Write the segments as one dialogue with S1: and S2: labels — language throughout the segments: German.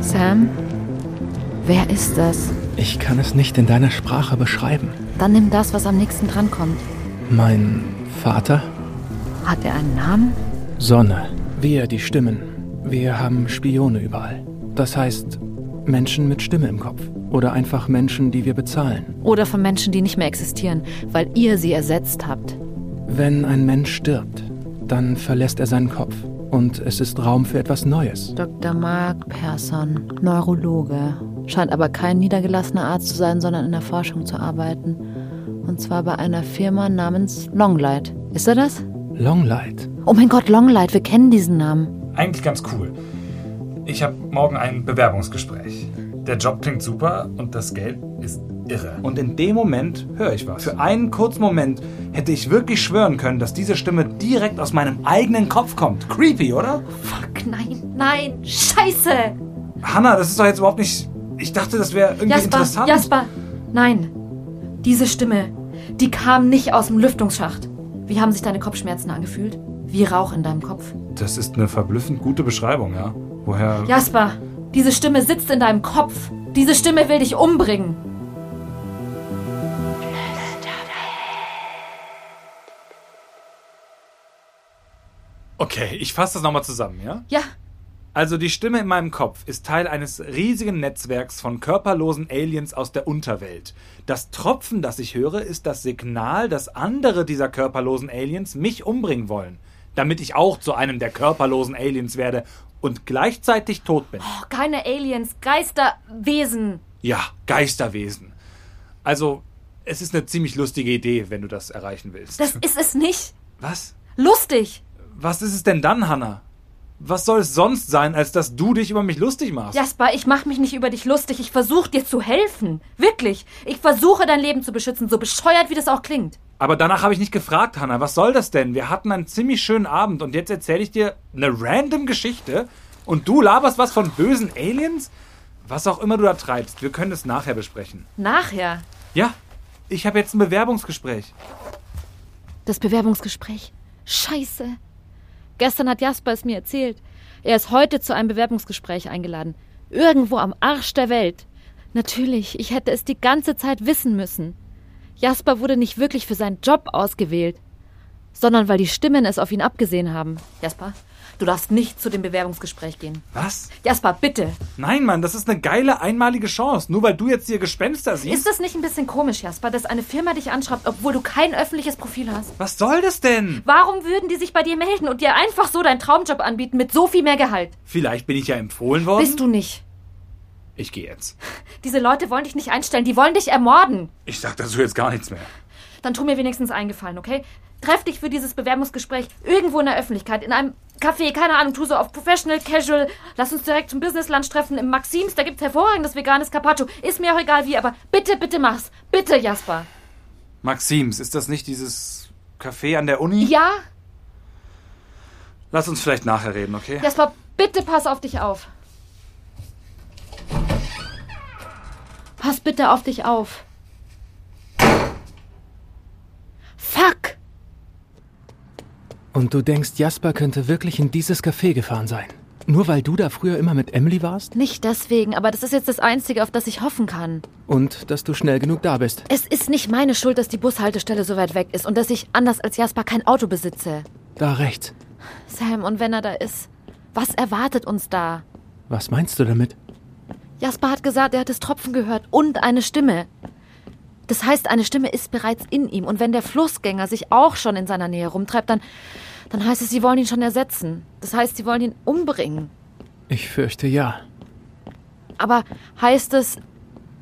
S1: Sam, wer ist das?
S2: Ich kann es nicht in deiner Sprache beschreiben.
S1: Dann nimm das, was am nächsten drankommt.
S2: Mein Vater?
S1: Hat er einen Namen?
S2: Sonne. Wir, die Stimmen. Wir haben Spione überall. Das heißt, Menschen mit Stimme im Kopf. Oder einfach Menschen, die wir bezahlen.
S1: Oder von Menschen, die nicht mehr existieren, weil ihr sie ersetzt habt.
S2: Wenn ein Mensch stirbt, dann verlässt er seinen Kopf. Und es ist Raum für etwas Neues.
S1: Dr. Mark Persson, Neurologe, scheint aber kein niedergelassener Arzt zu sein, sondern in der Forschung zu arbeiten. Und zwar bei einer Firma namens Longlight. Ist er das?
S2: Longlight.
S1: Oh mein Gott, Longlight, wir kennen diesen Namen.
S3: Eigentlich ganz cool. Ich habe morgen ein Bewerbungsgespräch. Der Job klingt super und das Geld ist irre.
S4: Und in dem Moment höre ich was. Für einen kurzen Moment hätte ich wirklich schwören können, dass diese Stimme direkt aus meinem eigenen Kopf kommt. Creepy, oder?
S1: Fuck, nein, nein, scheiße!
S4: Hanna, das ist doch jetzt überhaupt nicht. Ich dachte, das wäre irgendwie
S5: Jasper,
S4: interessant.
S5: Jasper, nein. Diese Stimme, die kam nicht aus dem Lüftungsschacht. Wie haben sich deine Kopfschmerzen angefühlt? Wie Rauch in deinem Kopf.
S4: Das ist eine verblüffend gute Beschreibung, ja? Woher.
S5: Jasper, diese Stimme sitzt in deinem Kopf. Diese Stimme will dich umbringen.
S4: Okay, ich fasse das nochmal zusammen, ja?
S5: Ja,
S4: Also die Stimme in meinem Kopf ist Teil eines riesigen Netzwerks von körperlosen Aliens aus der Unterwelt. Das Tropfen, das ich höre, ist das Signal, dass andere dieser körperlosen Aliens mich umbringen wollen, damit ich auch zu einem der körperlosen Aliens werde und gleichzeitig tot bin.
S5: oh, keine Aliens, Geister, Wesen.
S4: Ja, Geisterwesen. Also, es ist eine ziemlich lustige Idee, wenn du das erreichen willst.
S5: Das ist es nicht.
S4: Was?
S5: Lustig.
S4: Was ist es denn dann, Hanna? Was soll es sonst sein, als dass du dich über mich lustig machst?
S5: Jasper, ich mache mich nicht über dich lustig. Ich versuche dir zu helfen. Wirklich. Ich versuche dein Leben zu beschützen, so bescheuert wie das auch klingt.
S4: Aber danach habe ich nicht gefragt, Hanna. Was soll das denn? Wir hatten einen ziemlich schönen Abend und jetzt erzähle ich dir eine random Geschichte und du laberst was von bösen Aliens? Was auch immer du da treibst, wir können es nachher besprechen.
S5: Nachher.
S4: Ja, ich habe jetzt ein Bewerbungsgespräch.
S1: Das Bewerbungsgespräch. Scheiße. Gestern hat Jasper es mir erzählt. Er ist heute zu einem Bewerbungsgespräch eingeladen. Irgendwo am Arsch der Welt. Natürlich, ich hätte es die ganze Zeit wissen müssen. Jasper wurde nicht wirklich für seinen Job ausgewählt, sondern weil die Stimmen es auf ihn abgesehen haben.
S5: Jasper, du darfst nicht zu dem Bewerbungsgespräch gehen.
S4: Was?
S5: Jasper, bitte.
S4: Nein, Mann, das ist eine geile einmalige Chance. Nur weil du jetzt hier Gespenster siehst.
S5: Ist das nicht ein bisschen komisch, Jasper, dass eine Firma dich anschreibt, obwohl du kein öffentliches Profil hast?
S4: was soll das denn?
S5: Warum würden die sich bei dir melden und dir einfach so deinen Traumjob anbieten mit so viel mehr Gehalt?
S4: Vielleicht bin ich ja empfohlen worden.
S5: Bist du nicht.
S4: Ich gehe jetzt.
S5: Diese Leute wollen dich nicht einstellen, die wollen dich ermorden.
S4: Ich sag dazu jetzt gar nichts mehr.
S5: Dann tu mir wenigstens einen Gefallen, okay? Treff dich für dieses Bewerbungsgespräch irgendwo in der Öffentlichkeit, in einem Café, keine Ahnung, tu so auf Professional, Casual. Lass uns direkt zum Business Lunch treffen im Maxims, da gibt's hervorragendes veganes Carpaccio. Ist mir auch egal wie, aber bitte, bitte mach's. Bitte, Jasper.
S4: Maxims, ist das nicht dieses Café an der Uni?
S5: Ja?
S4: Lass uns vielleicht nachher reden, okay?
S5: Jasper, bitte pass auf dich auf.
S1: Pass bitte auf dich auf. Fuck!
S2: Und du denkst, Jasper könnte wirklich in dieses Café gefahren sein. Nur weil du da früher immer mit Emily warst?
S1: Nicht deswegen, aber das ist jetzt das Einzige, auf das ich hoffen kann.
S2: Und dass du schnell genug da bist.
S1: Es ist nicht meine Schuld, dass die Bushaltestelle so weit weg ist und dass ich anders als Jasper kein Auto besitze.
S2: Da rechts.
S1: Sam, und wenn er da ist, was erwartet uns da?
S2: Was meinst du damit?
S1: Jasper hat gesagt, er hat das Tropfen gehört und eine Stimme. Das heißt, eine Stimme ist bereits in ihm und wenn der Flussgänger sich auch schon in seiner Nähe rumtreibt, dann, dann heißt es, sie wollen ihn schon ersetzen. Das heißt, sie wollen ihn umbringen.
S2: Ich fürchte ja.
S1: Aber heißt es,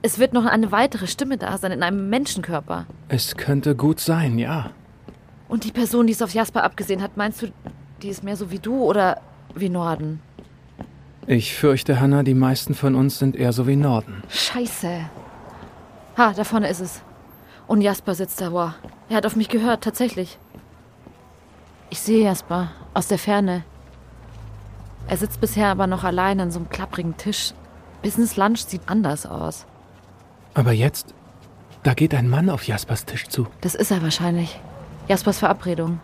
S1: es wird noch eine weitere Stimme da sein in einem Menschenkörper?
S2: Es könnte gut sein, ja.
S1: Und die Person, die es auf Jasper abgesehen hat, meinst du, die ist mehr so wie du oder wie Norden?
S2: Ich fürchte, Hannah, die meisten von uns sind eher so wie Norden.
S1: Scheiße. Ha, da vorne ist es. Und Jasper sitzt da. Wow. Er hat auf mich gehört, tatsächlich. Ich sehe Jasper aus der Ferne. Er sitzt bisher aber noch allein an so einem klapprigen Tisch. Business Lunch sieht anders aus.
S2: Aber jetzt, da geht ein Mann auf Jaspers Tisch zu.
S1: Das ist er wahrscheinlich. Jaspers Verabredung.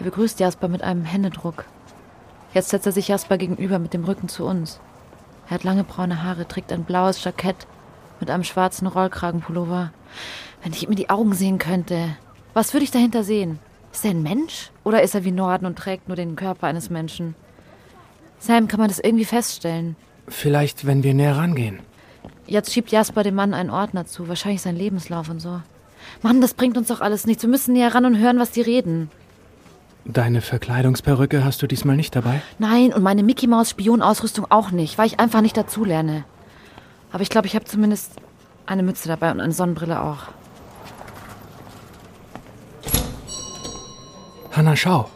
S1: Er begrüßt Jasper mit einem Händedruck. Jetzt setzt er sich Jasper gegenüber mit dem Rücken zu uns. Er hat lange braune Haare, trägt ein blaues Jackett mit einem schwarzen Rollkragenpullover. Wenn ich ihm in die Augen sehen könnte, was würde ich dahinter sehen? Ist er ein Mensch? Oder ist er wie Norden und trägt nur den Körper eines Menschen? Sam, kann man das irgendwie feststellen?
S2: Vielleicht, wenn wir näher rangehen.
S1: Jetzt schiebt Jasper dem Mann einen Ordner zu, wahrscheinlich sein Lebenslauf und so. Mann, das bringt uns doch alles nichts. Wir müssen näher ran und hören, was die reden.
S2: Deine Verkleidungsperücke hast du diesmal nicht dabei?
S1: Nein, und meine Mickey Maus Spionausrüstung auch nicht, weil ich einfach nicht dazulerne. Aber ich glaube, ich habe zumindest eine Mütze dabei und eine Sonnenbrille auch.
S2: Hanna, schau.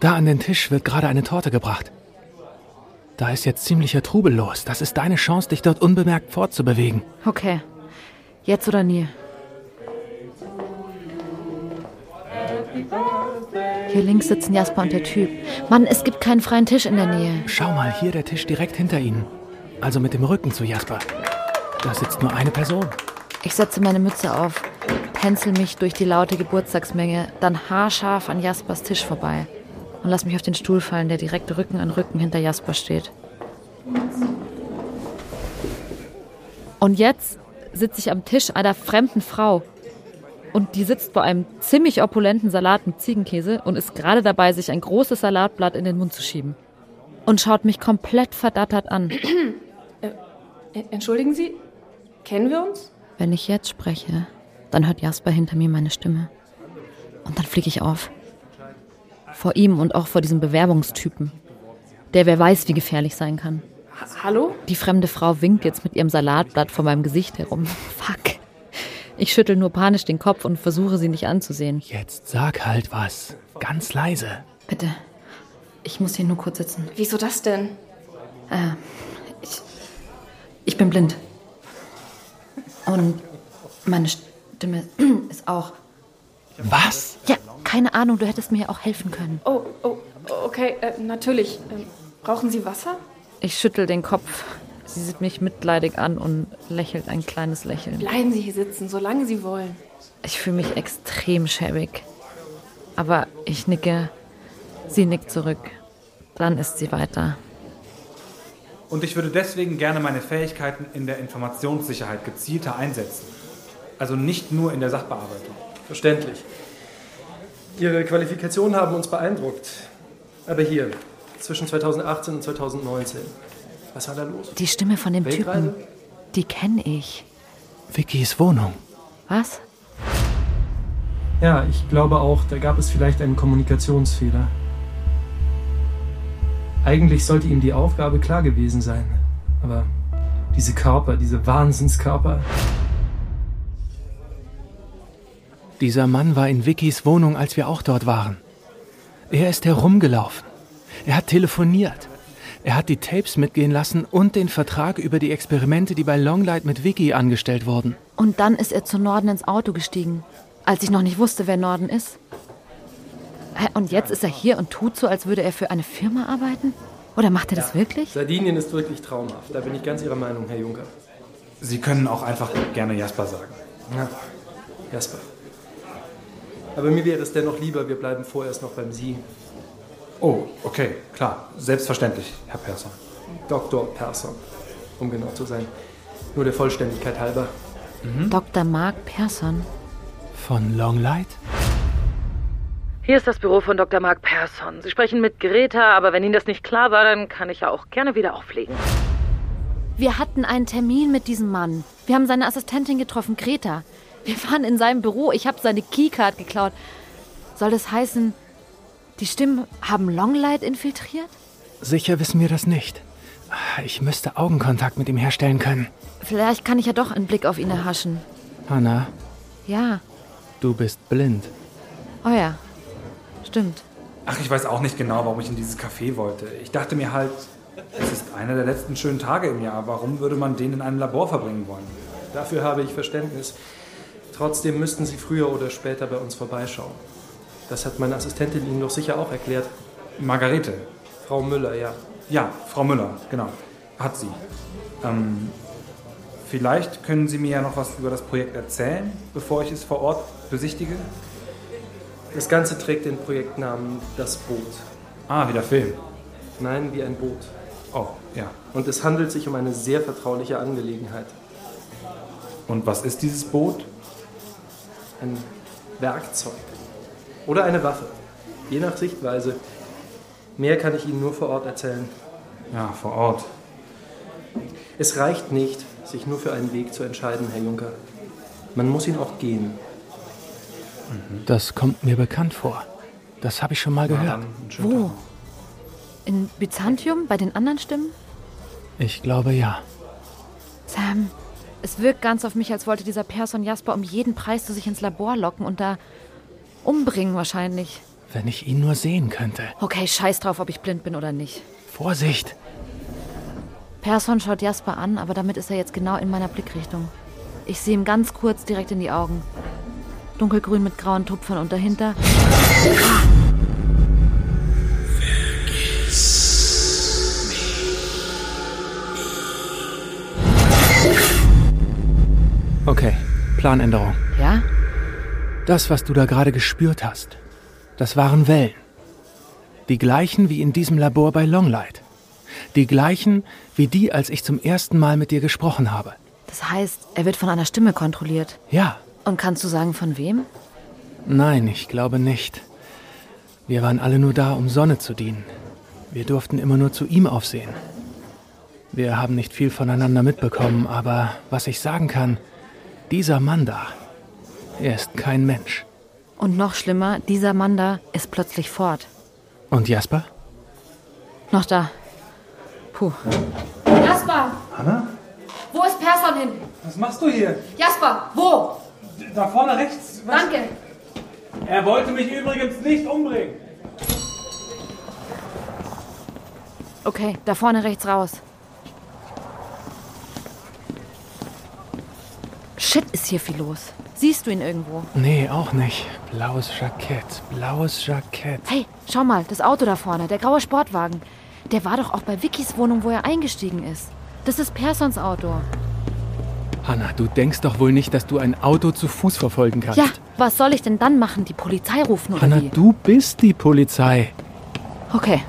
S2: Da an den Tisch wird gerade eine Torte gebracht. Da ist jetzt ziemlicher Trubel los. Das ist deine Chance, dich dort unbemerkt fortzubewegen.
S1: Okay. Jetzt oder nie. Hier links sitzen Jasper und der Typ. Mann, es gibt keinen freien Tisch in der Nähe.
S2: Schau mal, hier der Tisch direkt hinter ihnen. Also mit dem Rücken zu Jasper. Da sitzt nur eine Person.
S1: Ich setze meine Mütze auf, tänzel mich durch die laute Geburtstagsmenge, dann haarscharf an Jaspers Tisch vorbei und lass mich auf den Stuhl fallen, der direkt Rücken an Rücken hinter Jasper steht. Und jetzt sitze ich am Tisch einer fremden Frau. Und die sitzt bei einem ziemlich opulenten Salat mit Ziegenkäse und ist gerade dabei, sich ein großes Salatblatt in den Mund zu schieben. Und schaut mich komplett verdattert an.
S6: Entschuldigen Sie, kennen wir uns?
S1: Wenn ich jetzt spreche, dann hört Jasper hinter mir meine Stimme. Und dann fliege ich auf. Vor ihm und auch vor diesem Bewerbungstypen. Der wer weiß, wie gefährlich sein kann.
S6: Ha- Hallo?
S1: Die fremde Frau winkt jetzt mit ihrem Salatblatt vor meinem Gesicht herum. Fuck. Ich schüttel nur panisch den Kopf und versuche sie nicht anzusehen.
S2: Jetzt sag halt was. Ganz leise.
S1: Bitte. Ich muss hier nur kurz sitzen.
S6: Wieso das denn?
S1: Ich bin blind. Und meine Stimme ist auch.
S2: Was?
S1: Ja, keine Ahnung, du hättest mir ja auch helfen können.
S6: Oh, oh, okay, äh, natürlich. Ähm, brauchen Sie Wasser?
S1: Ich schüttel den Kopf. Sie sieht mich mitleidig an und lächelt ein kleines Lächeln.
S6: Bleiben Sie hier sitzen, solange Sie wollen.
S1: Ich fühle mich extrem schäbig. Aber ich nicke. Sie nickt zurück. Dann ist sie weiter.
S4: Und ich würde deswegen gerne meine Fähigkeiten in der Informationssicherheit gezielter einsetzen. Also nicht nur in der Sachbearbeitung.
S7: Verständlich. Ihre Qualifikationen haben uns beeindruckt. Aber hier, zwischen 2018 und 2019, was war da los?
S1: Die Stimme von dem
S7: Weltreise?
S1: Typen, die kenne ich.
S2: Vickys Wohnung.
S1: Was?
S7: Ja, ich glaube auch, da gab es vielleicht einen Kommunikationsfehler. Eigentlich sollte ihm die Aufgabe klar gewesen sein. Aber diese Körper, diese Wahnsinnskörper.
S2: Dieser Mann war in Vickys Wohnung, als wir auch dort waren. Er ist herumgelaufen. Er hat telefoniert. Er hat die Tapes mitgehen lassen und den Vertrag über die Experimente, die bei Longlight mit Vicky angestellt wurden.
S1: Und dann ist er zu Norden ins Auto gestiegen, als ich noch nicht wusste, wer Norden ist. Hä, Und jetzt ist er hier und tut so, als würde er für eine Firma arbeiten? Oder macht er das wirklich?
S7: Sardinien ist wirklich traumhaft. Da bin ich ganz Ihrer Meinung, Herr Juncker.
S4: Sie können auch einfach gerne Jasper sagen.
S7: Ja, Jasper. Aber mir wäre es dennoch lieber, wir bleiben vorerst noch beim Sie,
S4: Oh, okay, klar. Selbstverständlich, Herr Persson.
S7: Dr. Persson, um genau zu sein. Nur der Vollständigkeit halber.
S1: Dr. Mark Persson.
S2: Von Longlight?
S8: Hier ist das Büro von Dr. Mark Persson. Sie sprechen mit Greta, aber wenn Ihnen das nicht klar war, dann kann ich ja auch gerne wieder auflegen.
S1: Wir hatten einen Termin mit diesem Mann. Wir haben seine Assistentin getroffen, Greta. Wir waren in seinem Büro. Ich habe seine Keycard geklaut. Soll das heißen, die Stimmen haben Longlight infiltriert?
S2: Sicher wissen wir das nicht. Ich müsste Augenkontakt mit ihm herstellen können.
S1: Vielleicht kann ich ja doch einen Blick auf ihn erhaschen.
S2: Hanna,
S1: Ja.
S2: du bist blind.
S1: Oh ja. Stimmt.
S4: Ach, ich weiß auch nicht genau, warum ich in dieses Café wollte. Ich dachte mir halt, es ist einer der letzten schönen Tage im Jahr. Warum würde man den in einem Labor verbringen wollen?
S7: Dafür habe ich Verständnis. Trotzdem müssten Sie früher oder später bei uns vorbeischauen. Das hat meine Assistentin Ihnen doch sicher auch erklärt.
S4: Margarete.
S7: Frau Müller, ja.
S4: Ja, Frau Müller, genau. Hat sie. Ähm, vielleicht können Sie mir ja noch was über das Projekt erzählen, bevor ich es vor Ort besichtige.
S7: Das Ganze trägt den Projektnamen Das Boot.
S4: Ah, wieder Film.
S7: Nein, wie ein Boot.
S4: Oh, ja.
S7: Und es handelt sich um eine sehr vertrauliche Angelegenheit.
S4: Und was ist dieses Boot?
S7: Ein Werkzeug. Oder eine Waffe. Je nach Sichtweise. Mehr kann ich Ihnen nur vor Ort erzählen.
S4: Ja, vor Ort.
S7: Es reicht nicht, sich nur für einen Weg zu entscheiden, Herr Juncker. Man muss ihn auch gehen.
S2: Das kommt mir bekannt vor. Das habe ich schon mal gehört.
S5: Wo? In Byzantium? Bei den anderen Stimmen?
S2: Ich glaube ja.
S5: Sam, es wirkt ganz auf mich, als wollte dieser Person Jasper um jeden Preis zu sich ins Labor locken und da umbringen wahrscheinlich.
S2: Wenn ich ihn nur sehen könnte.
S5: Okay, scheiß drauf, ob ich blind bin oder nicht.
S2: Vorsicht!
S5: Persson schaut Jasper an, aber damit ist er jetzt genau in meiner Blickrichtung. Ich sehe ihm ganz kurz direkt in die Augen. Dunkelgrün mit grauen Tupfern und dahinter.
S2: Okay, Planänderung.
S5: Ja?
S2: Das, was du da gerade gespürt hast, das waren Wellen. Die gleichen wie in diesem Labor bei Longlight. Die gleichen wie die, als ich zum ersten Mal mit dir gesprochen habe.
S5: Das heißt, er wird von einer Stimme kontrolliert.
S2: Ja,
S5: Und kannst du sagen, von wem?
S2: nein, ich glaube nicht. Wir waren alle nur da, um Sonne zu dienen. Wir durften immer nur zu ihm aufsehen. Wir haben nicht viel voneinander mitbekommen, aber was ich sagen kann, dieser Mann da, er ist kein Mensch.
S5: Und noch schlimmer, dieser Mann da ist plötzlich fort.
S2: Und Jasper?
S5: Noch da. Puh.
S1: Jasper! Anna? Wo ist Persson hin?
S4: Was machst du hier?
S1: Jasper, wo?
S4: Da vorne rechts.
S1: Danke.
S4: Er wollte mich übrigens nicht umbringen.
S5: Okay, da vorne rechts raus. Shit, ist hier viel los. Siehst du ihn irgendwo?
S2: Nee, auch nicht. Blaues Jackett, blaues Jackett.
S5: Hey, schau mal, das Auto da vorne, der graue Sportwagen. Der war doch auch bei Vickys Wohnung, wo er eingestiegen ist. Das ist Persons Auto.
S2: Hanna, du denkst doch wohl nicht, dass du ein Auto zu Fuß verfolgen kannst.
S5: Ja, was soll ich denn dann machen? Die Polizei rufen oder
S2: Hanna,
S5: wie?
S2: du bist die Polizei.
S5: Okay.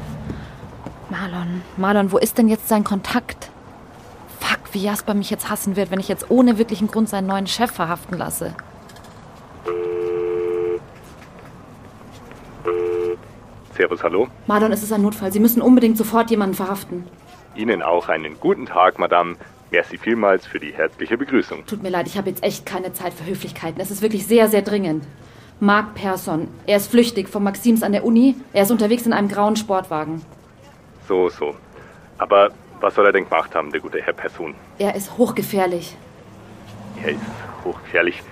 S5: Marlon, Marlon, wo ist denn jetzt sein Kontakt? Fuck, wie Jasper mich jetzt hassen wird, wenn ich jetzt ohne wirklichen Grund seinen neuen Chef verhaften lasse.
S9: Servus, hallo.
S5: Marlon, es ist ein Notfall. Sie müssen unbedingt sofort jemanden verhaften.
S9: Ihnen auch einen guten Tag, Madame. Merci vielmals für die herzliche Begrüßung.
S5: Tut mir leid, ich habe jetzt echt keine Zeit für Höflichkeiten. Es ist wirklich sehr, sehr dringend. Mark Persson. Er ist flüchtig von Maxims an der Uni. Er ist unterwegs in einem grauen Sportwagen.
S9: So, so. Aber was soll er denn gemacht haben, der gute Herr Person?
S5: Er ist hochgefährlich.
S9: Er ist hochgefährlich.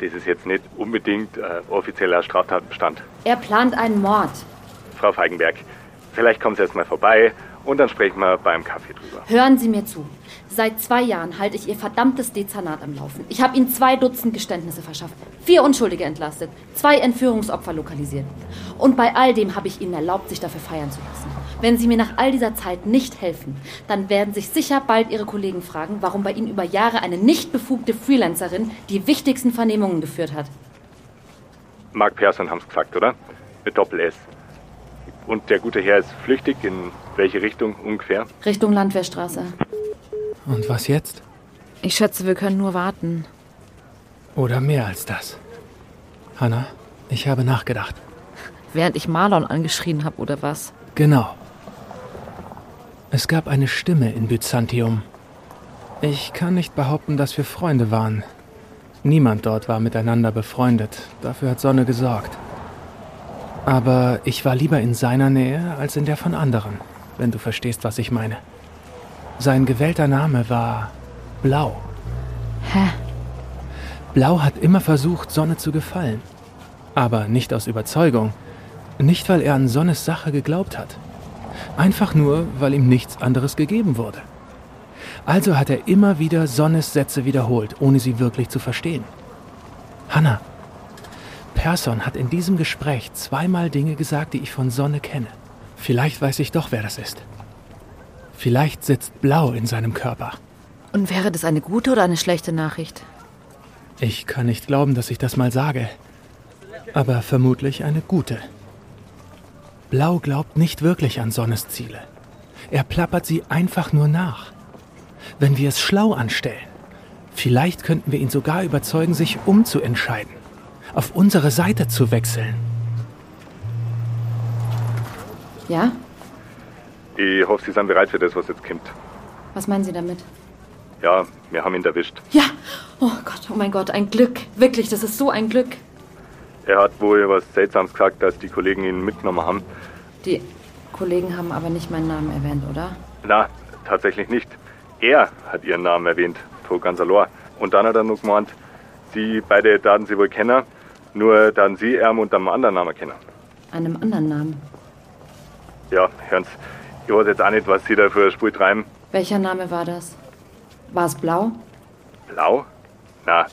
S9: Das ist jetzt nicht unbedingt äh, offizieller Straftatbestand.
S5: Er plant einen Mord.
S9: Frau Feigenberg, vielleicht kommen Sie erst mal vorbei und dann sprechen wir beim Kaffee drüber.
S5: Hören Sie mir zu. Seit zwei Jahren halte ich Ihr verdammtes Dezernat am Laufen. Ich habe Ihnen zwei Dutzend Geständnisse verschafft, vier Unschuldige entlastet, zwei Entführungsopfer lokalisiert. Und bei all dem habe ich Ihnen erlaubt, sich dafür feiern zu lassen. Wenn Sie mir nach all dieser Zeit nicht helfen, dann werden sich sicher bald Ihre Kollegen fragen, warum bei Ihnen über Jahre eine nicht befugte Freelancerin die wichtigsten Vernehmungen geführt hat.
S9: Mark Persson haben es gesagt, oder? Mit Doppel-S. Und der gute Herr ist flüchtig. In welche Richtung ungefähr?
S5: Richtung Landwehrstraße.
S2: Und was jetzt?
S5: Ich schätze, wir können nur warten.
S2: Oder mehr als das? Hanna, ich habe nachgedacht.
S5: Während ich Marlon angeschrien habe, oder was?
S2: Genau. Es gab eine Stimme in Byzantium. Ich kann nicht behaupten, dass wir Freunde waren. Niemand dort war miteinander befreundet. Dafür hat Sonne gesorgt. Aber ich war lieber in seiner Nähe als in der von anderen, wenn du verstehst, was ich meine. Sein gewählter Name war Blau.
S5: Hä?
S2: Blau hat immer versucht, Sonne zu gefallen. Aber nicht aus Überzeugung. Nicht, weil er an Sonnes Sache geglaubt hat. Einfach nur, weil ihm nichts anderes gegeben wurde. Also hat er immer wieder Sonnes Sätze wiederholt, ohne sie wirklich zu verstehen. Hanna, Persson hat in diesem Gespräch zweimal Dinge gesagt, die ich von Sonne kenne. Vielleicht weiß ich doch, wer das ist. Vielleicht sitzt Blau in seinem Körper.
S5: Und wäre das eine gute oder eine schlechte Nachricht?
S2: Ich kann nicht glauben, dass ich das mal sage. Aber vermutlich eine gute. Blau glaubt nicht wirklich an Sonnes Ziele. Er plappert sie einfach nur nach. Wenn wir es schlau anstellen, vielleicht könnten wir ihn sogar überzeugen, sich umzuentscheiden, auf unsere Seite zu wechseln.
S5: Ja?
S9: Ich hoffe, Sie sind bereit für das, was jetzt kommt.
S5: Was meinen Sie damit?
S9: Ja, wir haben ihn erwischt.
S5: Ja! Oh Gott, oh mein Gott, ein Glück. Wirklich, das ist so ein Glück.
S9: Er hat wohl was Seltsames gesagt, dass die Kollegen ihn mitgenommen haben.
S5: Die Kollegen haben aber nicht meinen Namen erwähnt, oder?
S9: Na, tatsächlich nicht. Er hat ihren Namen erwähnt, vor ganz allein. Und dann hat er nur gemeint, sie beide daten sie wohl kennen, nur dann sie ihn unter einem anderen Namen kennen.
S5: Einem anderen Namen.
S9: Ja, hören Sie, ich weiß jetzt auch nicht, was Sie da für ein Spur treiben.
S5: Welcher Name war das? War es blau?
S9: Blau? Na,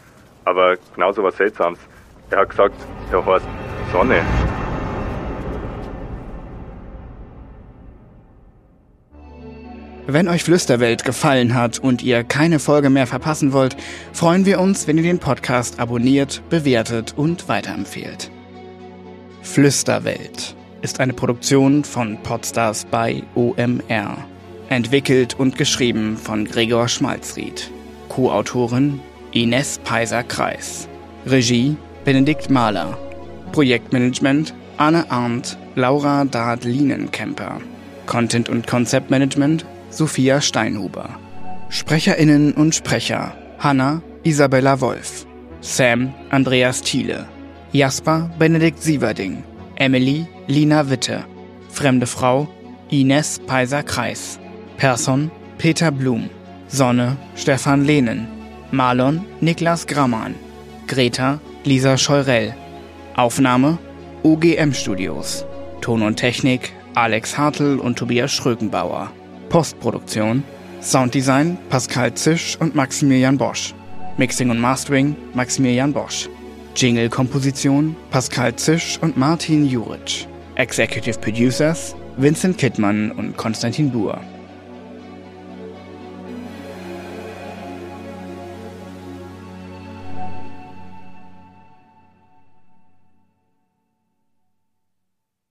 S9: aber genauso was Seltsames. Er hat gesagt, er heißt Sonne.
S7: Wenn euch Flüsterwelt gefallen hat und ihr keine Folge mehr verpassen wollt, freuen wir uns, wenn ihr den Podcast abonniert, bewertet und weiterempfehlt. Flüsterwelt ist eine Produktion von Podstars bei OMR. Entwickelt und geschrieben von Gregor Schmalzried. Co-Autorin Ines Peiser-Kreis. Regie Benedikt Mahler. Projektmanagement Anne Arndt, Laura Dard-Lienenkemper. Content- und Konzeptmanagement Sophia Steinhuber. SprecherInnen und Sprecher Hanna Isabella Wolf. Sam Andreas Thiele. Jasper Benedikt Sieverding. Emily Lina Witte. Fremde Frau Ines Peiser-Kreis. Person Peter Blum. Sonne Stefan Lehnen. Marlon Niklas Grammann. Greta Lisa Scheurell. Aufnahme OGM Studios. Ton und Technik Alex Hartl und Tobias Schrögenbauer. Postproduktion Sounddesign Pascal Zisch und Maximilian Bosch. Mixing und Mastering Maximilian Bosch. Jingle-Komposition Pascal Zisch und Martin Juric. Executive Producers Vincent Kittmann und Konstantin Buhr.